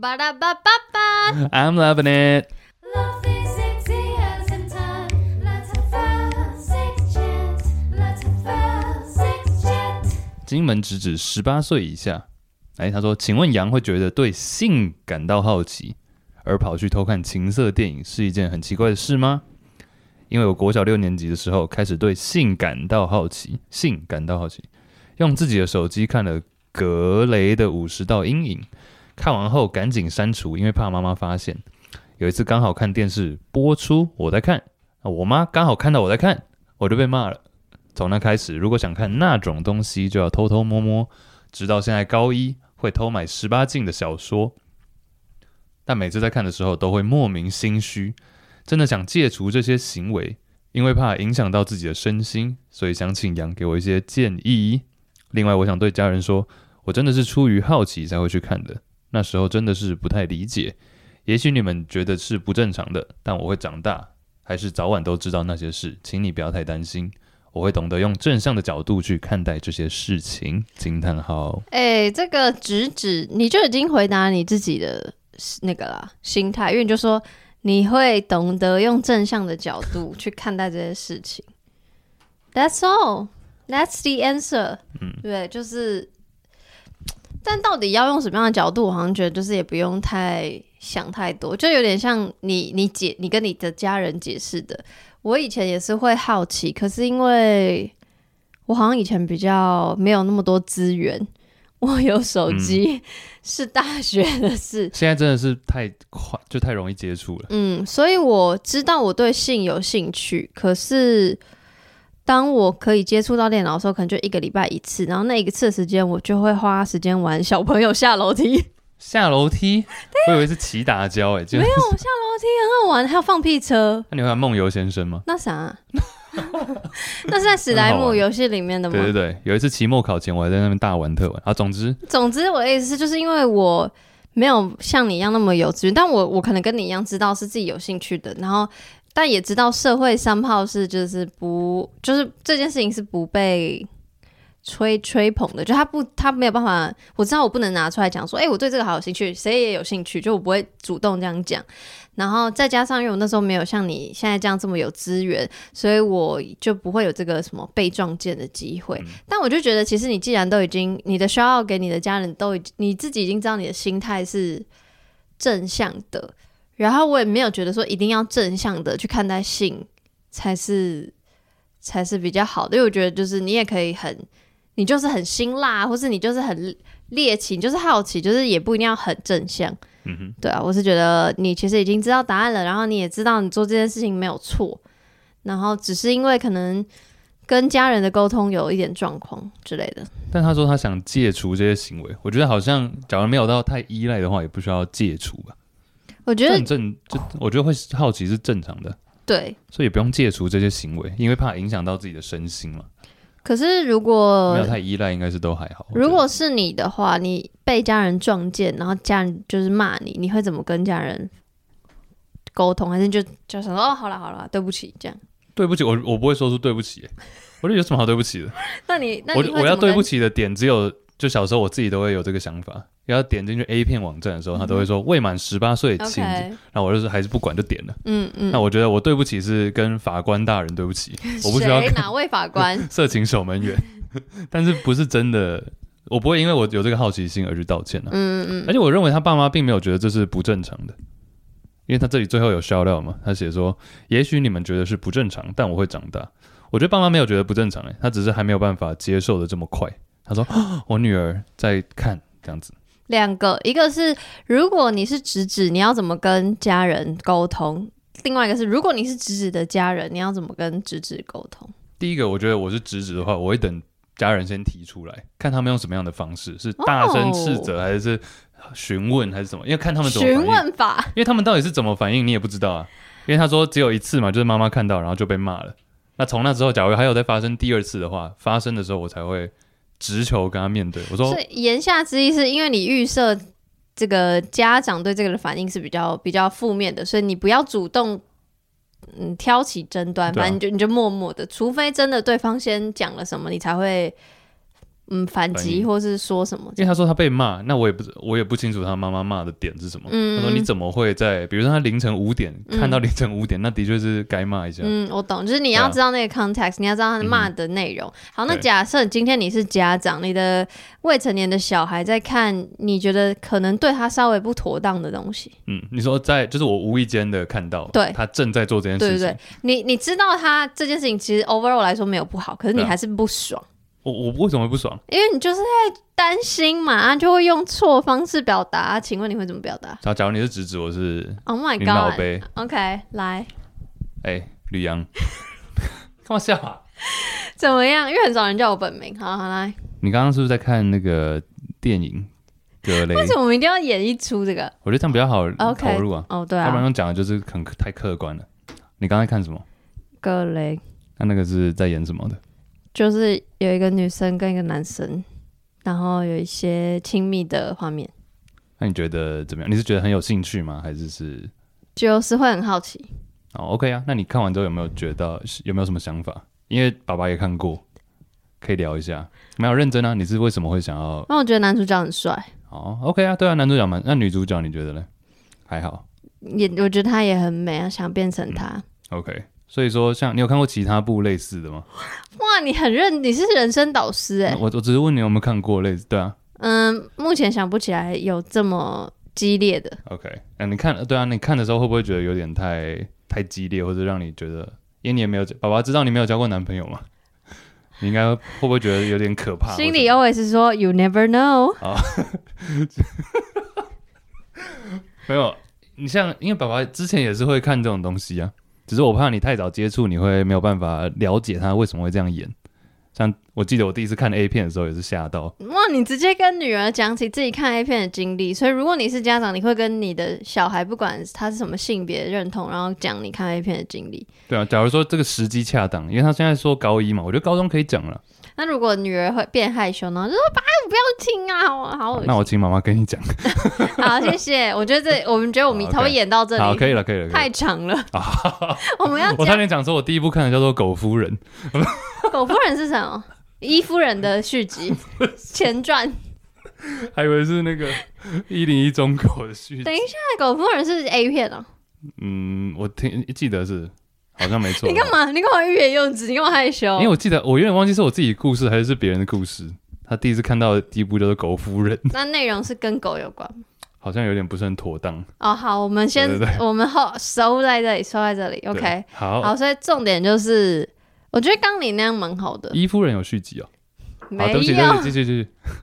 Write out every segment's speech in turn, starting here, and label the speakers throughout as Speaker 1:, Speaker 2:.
Speaker 1: 巴拉巴巴巴。
Speaker 2: I'm loving it.
Speaker 3: Love is sexy as in time. Let's have a sex chat. Let's have a sex chat.
Speaker 2: 金门直指十八岁以下。哎，他说，请问杨会觉得对性感到好奇，而跑去偷看情色电影是一件很奇怪的事吗？因为我国小六年级的时候开始对性感到好奇，性感到好奇，用自己的手机看了格雷的五十道阴影，看完后赶紧删除，因为怕妈妈发现。有一次刚好看电视播出，我在看，啊我妈刚好看到我在看，我就被骂了。从那开始，如果想看那种东西，就要偷偷摸摸，直到现在高一会偷买十八禁的小说，但每次在看的时候都会莫名心虚，真的想戒除这些行为，因为怕影响到自己的身心，所以想请杨给我一些建议。另外，我想对家人说，我真的是出于好奇才会去看的，那时候真的是不太理解，也许你们觉得是不正常的，但我会长大，还是早晚都知道那些事，请你不要太担心。我会懂得用正向的角度去看待这些事情。惊叹号！
Speaker 1: 哎、这个直指你就已经回答你自己的那个啦心态，因为你就说你会懂得用正向的角度去看待这些事情。That's all. That's the answer.
Speaker 2: 嗯
Speaker 1: 对，就是，但到底要用什么样的角度，我好像觉得就是也不用太想太多，就有点像你你解你跟你的家人解释的。我以前也是会好奇，可是因为我好像以前比较没有那么多资源，我有手机、是大学的事，
Speaker 2: 现在真的是太快，就太容易接触了。
Speaker 1: 嗯，所以我知道我对性有兴趣，可是当我可以接触到电脑的时候，可能就一个礼拜一次，然后那一次的时间，我就会花时间玩小朋友下楼梯，很
Speaker 2: 下 楼梯，
Speaker 1: 啊
Speaker 2: 我以为是骑打胶诶、欸，没有。
Speaker 1: 好玩，还有放屁车，
Speaker 2: 那你会玩梦游先生吗？
Speaker 1: 那啥、啊 那是在史莱姆游戏里面的吗？
Speaker 2: 对对对，有一次期末考前，我还在那边大玩特玩啊。总之，
Speaker 1: 总之，我的意思是，就是因为我没有像你一样那么有资源，但我我可能跟你一样知道是自己有兴趣的，然后但也知道社会三炮是就是不就是这件事情是不被吹吹捧的，就他不他没有办法，我知道我不能拿出来讲说，哎、我对这个好有兴趣，谁也有兴趣，就我不会主动这样讲。然后再加上，因为我那时候没有像你现在这样这么有资源，所以我就不会有这个什么被撞见的机会。但我就觉得，其实你既然都已经你的需要给你的家人都已经你自己已经知道你的心态是正向的，然后我也没有觉得说一定要正向的去看待性才是才是比较好的，因为我觉得就是你也可以很你就是很辛辣，或是你就是很猎奇，你就是好奇，就是也不一定要很正向。
Speaker 2: 嗯哼，
Speaker 1: 对啊，我是觉得你其实已经知道答案了，然后你也知道你做这件事情没有错，然后只是因为可能跟家人的沟通有一点状况之类的。
Speaker 2: 但他说他想戒除这些行为，我觉得好像假如没有到太依赖的话，也不需要戒除吧。
Speaker 1: 我觉
Speaker 2: 这
Speaker 1: 得
Speaker 2: 很正，就我觉得会好奇是正常的，
Speaker 1: 对，
Speaker 2: 所以也不用戒除这些行为，因为怕影响到自己的身心嘛。
Speaker 1: 可是如
Speaker 2: 没
Speaker 1: 果
Speaker 2: 有太依赖，应该是都还好。我觉得
Speaker 1: 哦如果是你的话，你被家人撞见，然后家人就是骂你，你会怎么跟家人沟通？还是就就想说哦，好了好了，对不起这样？
Speaker 2: 对不起，我我不会说出对不起、欸我觉得有什么好对不起的？
Speaker 1: 那你那你
Speaker 2: 我
Speaker 1: 会
Speaker 2: 我要
Speaker 1: 怎么
Speaker 2: 对
Speaker 1: 跟
Speaker 2: 不起的点，只有就小时候我自己都会有这个想法，要点进去 A 片网站的时候，他都会说未满十八岁请，然
Speaker 1: 嗯？OK，
Speaker 2: 后我就是还是不管就点了。
Speaker 1: 嗯嗯，
Speaker 2: 那我觉得我对不起是跟法官大人对 不起，我不需要
Speaker 1: 谁
Speaker 2: 跟
Speaker 1: 哪位法 官？
Speaker 2: 色情守门员，但是不是真的，我不会因为我有这个好奇心而去道歉啊。
Speaker 1: 嗯嗯嗯。
Speaker 2: 而且我认为他爸妈并没有觉得这是不正常的，因为他这里最后有 shout out 嘛，他写说，也许你们觉得是不正常，但我会长大。我觉得爸妈没有觉得不正常、欸，他只是还没有办法接受的这么快。他说， 哦我女儿在看这样子，
Speaker 1: 两个，一个是如果你是直指，你要怎么跟家人沟通；另外一个是如果你是直指的家人，你要怎么跟直指沟通？
Speaker 2: 第一个我觉得我是直指的话，我会等家人先提出来，看他们用什么样的方式，是大声斥责还是询问还是什么，因为看他们怎么反
Speaker 1: 询
Speaker 2: 应。
Speaker 1: 问法，
Speaker 2: 因为他们到底是怎么反应，你也不知道啊。因为他说只有一次嘛，就是妈妈看到，然后就被骂了。那从那之后，假如还有再发生第二次的话，发生的时候我才会直球跟他面对。我说
Speaker 1: 所以言下之意是因为你预设这个家长对这个的反应是比较比较负面的，所以你不要主动。嗯，挑起争端，
Speaker 2: 对啊
Speaker 1: 反正你就你就默默的，除非真的对方先讲了什么，你才会嗯反
Speaker 2: 反
Speaker 1: 击，
Speaker 2: 应
Speaker 1: 或是说什么
Speaker 2: 因为哎他说他被骂，那我也不知我也不清楚他妈妈骂的点是什么。
Speaker 1: 嗯
Speaker 2: 他说你怎么会在，比如说他凌晨五点、
Speaker 1: 嗯
Speaker 2: 看到凌晨五点，那的确是该骂一下。
Speaker 1: 嗯，我懂，就是你要
Speaker 2: 对啊
Speaker 1: 知道那个 context，、你要知道他
Speaker 2: 嗯哼
Speaker 1: 骂的内容。好，那
Speaker 2: 对
Speaker 1: 假设今天你是家长，你的未成年的小孩在看，你觉得可能对他稍微不妥当的东西，
Speaker 2: 嗯，你说在就是我无意间的看到，
Speaker 1: 对
Speaker 2: 他正在做这件
Speaker 1: 对
Speaker 2: 事
Speaker 1: 对
Speaker 2: 情，
Speaker 1: 对，你你知道他这件事情其实 overall 来说没有不好，可是你
Speaker 2: 对啊
Speaker 1: 还是不爽，
Speaker 2: 我我为什么会不爽？
Speaker 1: 因为你就是在担心嘛，啊就会用错方式表达。请问你会怎么表达
Speaker 2: 然后假如你是直指我是
Speaker 1: ？Oh my
Speaker 2: 你老
Speaker 1: god！OK，、
Speaker 2: 呗，
Speaker 1: 来
Speaker 2: 哎，吕阳，干嘛笑啊？
Speaker 1: 怎么样？因为很少人叫我本名。好好来，
Speaker 2: 你刚刚是不是在看那个电影《格雷
Speaker 1: 为》？什么我们一定要演一出这个？
Speaker 2: 我觉得这样比较好
Speaker 1: OK
Speaker 2: 投入啊，
Speaker 1: 哦，对
Speaker 2: 要不然
Speaker 1: 啊，
Speaker 2: 用讲的就是很太客观了。你刚才看什么？
Speaker 1: 格雷。
Speaker 2: 那那个是在演什么的？
Speaker 1: 就是有一个女生跟一个男生，然后有一些亲密的画面，
Speaker 2: 那你觉得怎么样？你是觉得很有兴趣吗？还是是
Speaker 1: 就是会很好奇。
Speaker 2: 哦，OK 啊？那你看完之后有没有觉得有没有什么想法？因为爸爸也看过，可以聊一下。没有认真啊？你是为什么会想要？
Speaker 1: 那我觉得男主角很帅，
Speaker 2: 哦，OK 啊，对啊，男主角蛮，那女主角你觉得呢？还好
Speaker 1: 也我觉得他也很美啊，想变成他。
Speaker 2: 嗯，OK。所以说，像你有看过其他部类似的吗？
Speaker 1: 哇，你很认，你是人生导师哎、
Speaker 2: 我我只是问你有没有看过类似，对啊
Speaker 1: 嗯，目前想不起来有这么激烈的。
Speaker 2: ，OK。那你看，对啊，你看的时候会不会觉得有点太太激烈，或者让你觉得，因为你也没有，爸爸知道你没有交过男朋友嘛，你应该会不会觉得有点可怕？
Speaker 1: 心里 always 说 you never know，
Speaker 2: 没有，你像因为爸爸之前也是会看这种东西啊，只是我怕你太早接触，你会没有办法了解他为什么会这样演。像我记得我第一次看 A 片的时候也是吓到，
Speaker 1: 哇，你直接跟女儿讲起自己看 A 片的经历。所以如果你是家长，你会跟你的小孩，不管他是什么性别认同，然后讲你看 A 片的经历。
Speaker 2: 对啊。假如说这个时机恰当，因为他现在说高一嘛，我觉得高中可以讲了。
Speaker 1: 那如果女儿会变害羞呢？就说爸，我不要听啊，好好恶
Speaker 2: 那
Speaker 1: 心。
Speaker 2: 我请妈妈跟你讲。
Speaker 1: 好，谢谢。我觉得这，我们觉得 我们
Speaker 2: 好
Speaker 1: 才会
Speaker 2: OK
Speaker 1: 演到这里，
Speaker 2: 好，可以了，可以了。可以了
Speaker 1: 太长 了。 我们要
Speaker 2: 我差
Speaker 1: 讲
Speaker 2: 点讲说，我第一部看的叫做《狗夫人》，
Speaker 1: 狗夫人是什 么？伊夫人的续集前传。
Speaker 2: 还以为是那个一零一中国的续集
Speaker 1: 等。一下，狗夫人是 A 片哦。
Speaker 2: 嗯，我听记得是，好像没错。
Speaker 1: 你干？嘛？哦你干嘛欲言又止？你干嘛害羞
Speaker 2: 因为？我记得，我啊有点忘记是我自己的故事还是是别人的故事。他第一次看到的第一部叫做《狗夫人》，
Speaker 1: 那内容是跟狗有关吗
Speaker 2: 好像有点不是很妥当。
Speaker 1: 哦。好，我们先
Speaker 2: 对对，
Speaker 1: 我们后收在这里，收在这里。
Speaker 2: 对
Speaker 1: OK。
Speaker 2: 好
Speaker 1: 好，，所以重点就是，我觉得刚你那样蛮好的，
Speaker 2: 伊夫人有续集哦。好，
Speaker 1: 没
Speaker 2: 对不起，对不
Speaker 1: 有，
Speaker 2: 起，继续继续。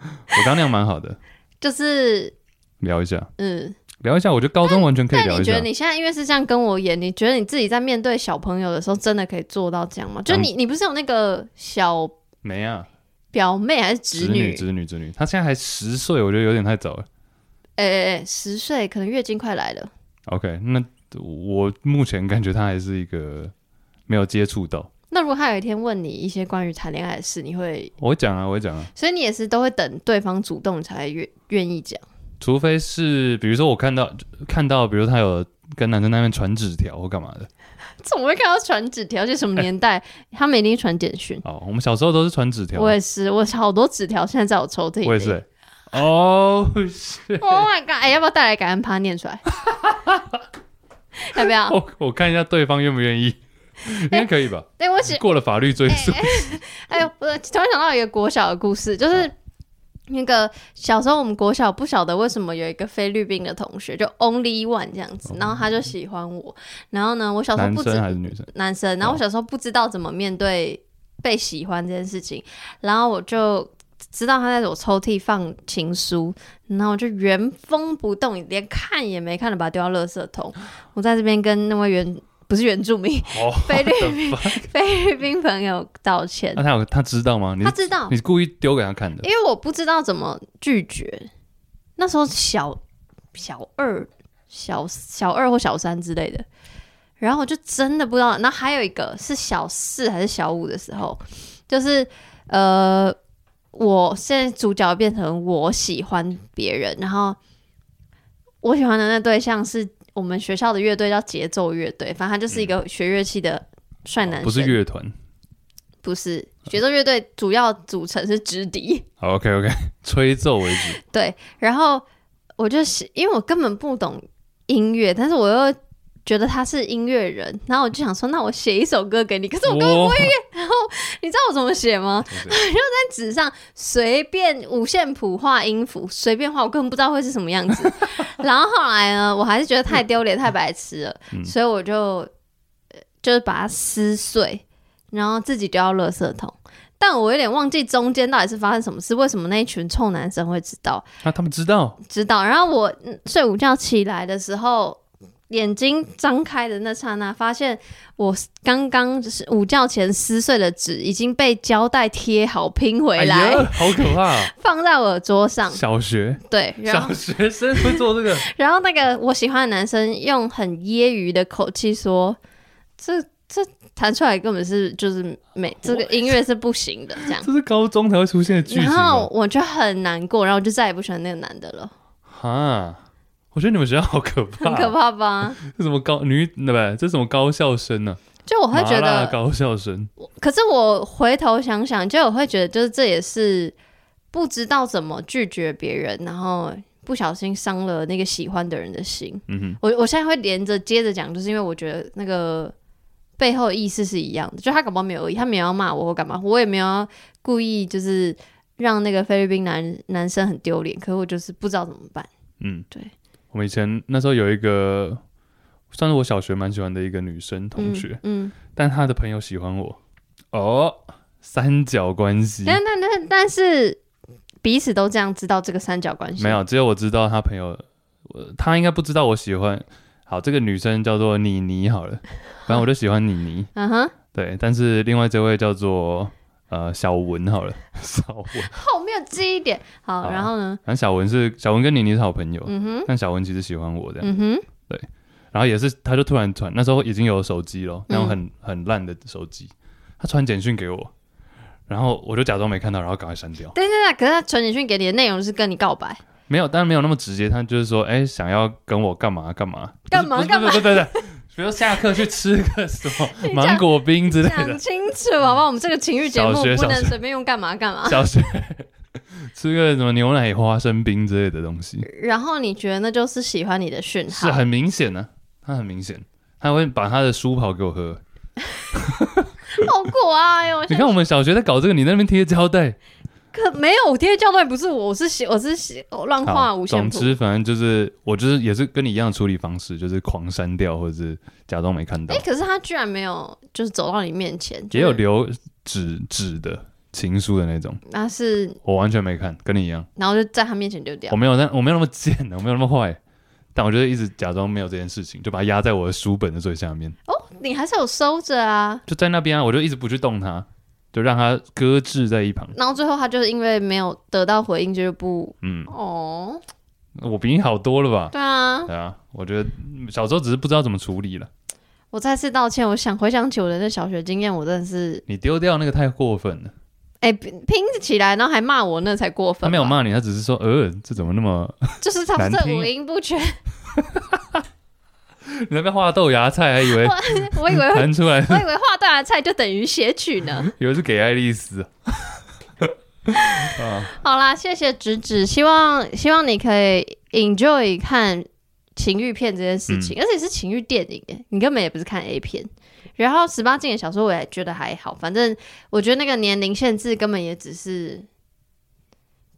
Speaker 2: 我刚刚那样蛮好的，
Speaker 1: 就是
Speaker 2: 聊一下，
Speaker 1: 嗯。
Speaker 2: 聊一下，我觉得高中完全可以
Speaker 1: 那
Speaker 2: 聊
Speaker 1: 你
Speaker 2: 一
Speaker 1: 觉
Speaker 2: 下
Speaker 1: 得。你现在因为是这样跟我演，你觉得你自己在面对小朋友的时候，真的可以做到这样吗？就你，你不是有那个小
Speaker 2: 没啊，
Speaker 1: 表妹还是侄
Speaker 2: 侄
Speaker 1: 女？
Speaker 2: 侄女，侄女，她现在还十岁，我觉得有点太早了。
Speaker 1: 哎哎哎，十岁，可能月经快来了。
Speaker 2: OK，那我目前感觉他还是一个没有接触到。
Speaker 1: 那如果他有一天问你一些关于谈恋爱的事，你会，
Speaker 2: 我会讲啊，我会讲啊，
Speaker 1: 所以你也是都会等对方主动你才愿愿意讲。
Speaker 2: 除非是比如说我看到看到，比如他有跟男生那边传纸条或干嘛的。
Speaker 1: 怎么会看到传纸条？就什么年代，他们一定传简 讯。
Speaker 2: 哦，我们小时候都是传纸条啊，
Speaker 1: 我也是，我好多纸条现在在我抽屉。
Speaker 2: 我也是。欸。哦，是
Speaker 1: Oh my god！哎、要不要带来感恩趴念出来？ 要不要？
Speaker 2: 我我看一下对方愿不愿意，应该可以吧？
Speaker 1: 对我写
Speaker 2: 过了法律追诉，
Speaker 1: 哎，我突然想到一个国小的故事，就是那个小时候我们国小不晓得为什么有一个菲律宾的同学，就 only one 这样子，然后他就喜欢我，然后呢，我小时候
Speaker 2: 男
Speaker 1: 不
Speaker 2: 生
Speaker 1: 知
Speaker 2: 还是女生？
Speaker 1: 哦男生，然后我小时候不知道怎么面对被喜欢这件事情，然后我就。知道他在我抽屉放情书，然后我就原封不动，连看也没看的把它丢到垃圾桶。我在这边跟那位原不是原住民
Speaker 2: 哦，
Speaker 1: 菲律宾 菲律宾朋友道歉
Speaker 2: 那。他有他知道吗？你
Speaker 1: 他
Speaker 2: 是
Speaker 1: 知道，
Speaker 2: 你是故意丢给他看的
Speaker 1: 因？为我不知道怎么拒绝。那时候小小二、小小二或小三之类的，然后我就真的不知道。然后还有一个是小四还是小五的时候，就是呃，我现在主角变成我喜欢别人，然后我喜欢的那对象是我们学校的嗯哦乐队叫节奏乐队，反正他就是一个学乐器的帅男生，
Speaker 2: 不是乐团，
Speaker 1: 不是，学奏乐队主要组成是直笛。
Speaker 2: 好，OK OK，吹 奏为主，
Speaker 1: 对，然后我就是因为我根本不懂音乐，但是我又觉得他是音乐人，然后我就想说，那我写一首歌给你。可是我根本，
Speaker 2: 我
Speaker 1: 你知道我怎么写吗？在纸上随便五线谱画音符，随便画，我根本不知道会是什么样子。然后后来呢，我还是觉得太丢脸、太白痴了，
Speaker 2: 嗯
Speaker 1: 所以我就呃就是把它撕碎，然后自己丢到垃圾桶。但我有点忘记中间到底是发生什么事，为什么那一群臭男生会知道？
Speaker 2: 那他们知道
Speaker 1: 知道。然后我嗯睡午觉起来的时候，眼睛张开的那刹那，发现我刚刚就是午觉前撕碎的纸已经被胶带贴好拼回来，
Speaker 2: 哎呀好可怕 哦！
Speaker 1: 放在我的桌上。
Speaker 2: 小学
Speaker 1: 对，然后
Speaker 2: 小学生会做这个，
Speaker 1: 然后那个我喜欢的男生用很揶揄的口气说：“这这弹出来根本是就是没这个音乐是不行的。” 这样。
Speaker 2: 这是高中才会出现的剧情
Speaker 1: 然后
Speaker 2: 吗。
Speaker 1: 我就很难过，然后我就再也不喜欢那个男的了，
Speaker 2: 哈，我觉得你们学校好可怕，啊
Speaker 1: 很可怕 吧？
Speaker 2: 这什么高女那不，这什么高校生呢、
Speaker 1: 就我
Speaker 2: 啊？
Speaker 1: 会觉
Speaker 2: 麻辣
Speaker 1: 得，
Speaker 2: 高校生，
Speaker 1: 可是我回头想想，就我会觉得，就是这也是不知道怎么拒绝别人，然后不小心伤了那个喜欢的人的心。
Speaker 2: 嗯
Speaker 1: 我我现在会连着接着讲，就是因为我觉得那个背后的意思是一样的，就他搞不好没有恶意，他没有要骂我或干嘛，我也没有要故意就是让那个菲律宾男男生很丢脸，可是我就是不知道怎么办。
Speaker 2: 哼，嗯，
Speaker 1: 对。
Speaker 2: 我们以前那时候有一个，算是我小学蛮喜欢的一个女生同学，
Speaker 1: 嗯，嗯
Speaker 2: 但她的朋友喜欢我，哦，三角 关系。
Speaker 1: 但但但但是彼此都这样知道这个三角关系，
Speaker 2: 没有，只有我知道他朋友，我他应该不知道我喜欢。好，这个女生叫做妮妮，好了，反正我就喜欢妮妮。
Speaker 1: 嗯哼，
Speaker 2: 对，但是另外这位叫做呃小文，好了， 小文，
Speaker 1: 后面记忆点好，
Speaker 2: 好啊
Speaker 1: 然后呢？
Speaker 2: 反正小文是小文跟妮妮是好朋友，
Speaker 1: 嗯哼，
Speaker 2: 但小文其实喜欢我这样。
Speaker 1: 嗯哼，
Speaker 2: 然后也是，他就突然传，那时候已经有手机
Speaker 1: 嗯
Speaker 2: 了，那种很很烂的手机，他传简讯给我，然后我就假装没看到，然后赶快删掉。
Speaker 1: 对对对，可是他传简讯给你的内容是跟你告白，
Speaker 2: 没有，当然没有那么直接，他就是说，哎、想要跟我干嘛干嘛
Speaker 1: 干嘛
Speaker 2: 不是
Speaker 1: 干嘛
Speaker 2: 不是不是不是不是，比如下课去吃个什么芒果冰之类
Speaker 1: 讲
Speaker 2: 的，
Speaker 1: 清楚好不好？我们这个情欲节目
Speaker 2: 小学
Speaker 1: 不能
Speaker 2: 小学
Speaker 1: 随便用干嘛干嘛。
Speaker 2: 小学吃个什么牛奶花生冰之类的东西，
Speaker 1: 然后你觉得那就是喜欢你的讯
Speaker 2: 是
Speaker 1: 号？
Speaker 2: 很明显呢、他很明显，他会把他的书跑给我喝。
Speaker 1: 好可爱哟！
Speaker 2: 你看我们小学在搞这个，你在那边贴胶带，
Speaker 1: 可没有，我贴教段不是我，我是写我是写我乱画
Speaker 2: 好，
Speaker 1: 五线
Speaker 2: 总
Speaker 1: 谱。
Speaker 2: 之，反正就是我就是也是跟你一样的处理方式，就是狂删掉或者是假装没看到
Speaker 1: 哎，，可是他居然没有就是走到你面前，
Speaker 2: 也有
Speaker 1: 就是
Speaker 2: 留纸纸的情书的那种，
Speaker 1: 那是
Speaker 2: 我完全没看，跟你一样，
Speaker 1: 然后就在他面前丢掉
Speaker 2: 我。没有那我没有那么贱啊的，我没有那么坏，但我就是一直假装没有这件事情，就把它压在我的书本的最下面，
Speaker 1: 哦，你还是有收着啊。
Speaker 2: 就在那边啊，我就一直不去动它，就让它搁置在一旁。
Speaker 1: 然后最后他就是因为没有得到回应，就是不
Speaker 2: 嗯，
Speaker 1: 哦，
Speaker 2: 我比你好多了吧？
Speaker 1: 对啊，
Speaker 2: 对啊，我觉得小时候只是不知道怎么处理了，
Speaker 1: 我再次道歉，我想回想起我的那小学经验，我真的是
Speaker 2: 你丢掉那个太过分了。
Speaker 1: 哎、拼拼起来，然后还骂我，那才过分。
Speaker 2: 他没有，骂你，他只是说，呃，这怎么那么……
Speaker 1: 就是他
Speaker 2: 难
Speaker 1: 这
Speaker 2: 听
Speaker 1: 五音不全，
Speaker 2: 你那边画豆芽菜，还以为
Speaker 1: 我以为会
Speaker 2: 弹出来，
Speaker 1: 我以为画大的菜就等于写曲呢。
Speaker 2: 以为是给爱丽丝。啊
Speaker 1: 好啦，谢谢直指，希望希望你可以 enjoy 看情欲片这件事情，
Speaker 2: 嗯
Speaker 1: 而且是情欲电影耶，你根本也不是看 A 片。然后十八禁的小说我也觉得还好，反正我觉得那个年龄限制根本也只是，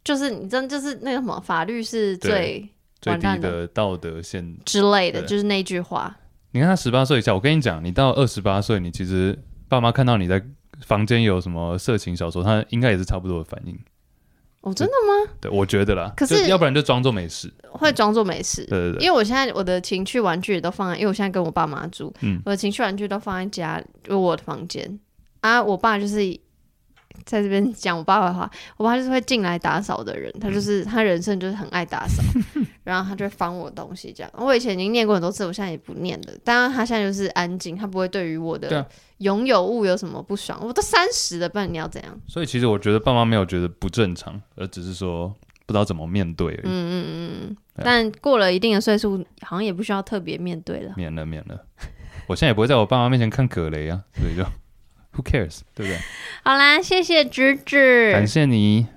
Speaker 1: 就是你真就是那个什么法律是最
Speaker 2: 对最
Speaker 1: 完
Speaker 2: 低
Speaker 1: 蛋了
Speaker 2: 的道德线，
Speaker 1: 之类的，
Speaker 2: 对
Speaker 1: 就是那句话。
Speaker 2: 你看他十八岁以下，我跟你讲，你到二十八岁，你其实爸妈看到你在房间有什么色情小说，他应该也是差不多的反应。
Speaker 1: 我真的
Speaker 2: 对，我觉得啦，
Speaker 1: 可是
Speaker 2: 就要不然就装作没事。
Speaker 1: 会装作没事，
Speaker 2: 对对对，
Speaker 1: 因为我现在我的情趣玩具也都放在，因为我现在跟我爸妈住，
Speaker 2: 嗯
Speaker 1: 我的情趣玩具都放在家，就我的房间啊。我爸就是在这边讲我爸爸的话，我爸就是会进来打扫的人，他就是、
Speaker 2: 嗯
Speaker 1: 他人生就是很爱打 扫，然后他就会翻我东西这样。我以前已经念过很多次，我现在也不念了。当然他现在就是安静，他不会对于我
Speaker 2: 对
Speaker 1: 的
Speaker 2: 啊
Speaker 1: 拥有物有什么不爽。我都三十了，不然你要怎样？
Speaker 2: 所以其实我觉得爸妈没有觉得不正常，而只是说不知道怎么面对
Speaker 1: 嗯
Speaker 2: 而已。嗯对啊
Speaker 1: 但过了一定的岁数，好像也不需要
Speaker 2: 嗯
Speaker 1: 特别面对了。
Speaker 2: 免了免了，我现在也不会在我爸妈面前看可雷啊，所以就 Who cares？对不对？
Speaker 1: 好啦，谢谢芝芝，
Speaker 2: 感谢你，